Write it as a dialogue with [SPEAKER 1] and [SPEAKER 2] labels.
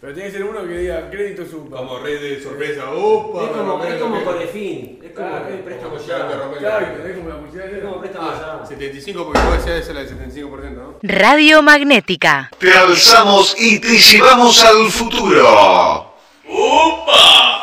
[SPEAKER 1] Pero tiene que ser uno que diga crédito supa.
[SPEAKER 2] Como red de sorpresa. ¡Opa!
[SPEAKER 3] Es como,
[SPEAKER 2] Romero, Ah,
[SPEAKER 3] es como
[SPEAKER 2] que-
[SPEAKER 3] Correfín, es como
[SPEAKER 1] Claro,
[SPEAKER 3] eh,
[SPEAKER 2] como
[SPEAKER 3] préstamo
[SPEAKER 2] Gerardo
[SPEAKER 3] ya.
[SPEAKER 2] Romero.
[SPEAKER 1] Claro, que es como la publicidad
[SPEAKER 3] Es como
[SPEAKER 1] de
[SPEAKER 3] préstamo
[SPEAKER 2] Ah,
[SPEAKER 3] ya.
[SPEAKER 2] 75, porque vos decías esa es la del 75%, ¿no?
[SPEAKER 4] Radio Magnética.
[SPEAKER 5] Te alzamos y te llevamos al futuro.
[SPEAKER 6] ¡Opa!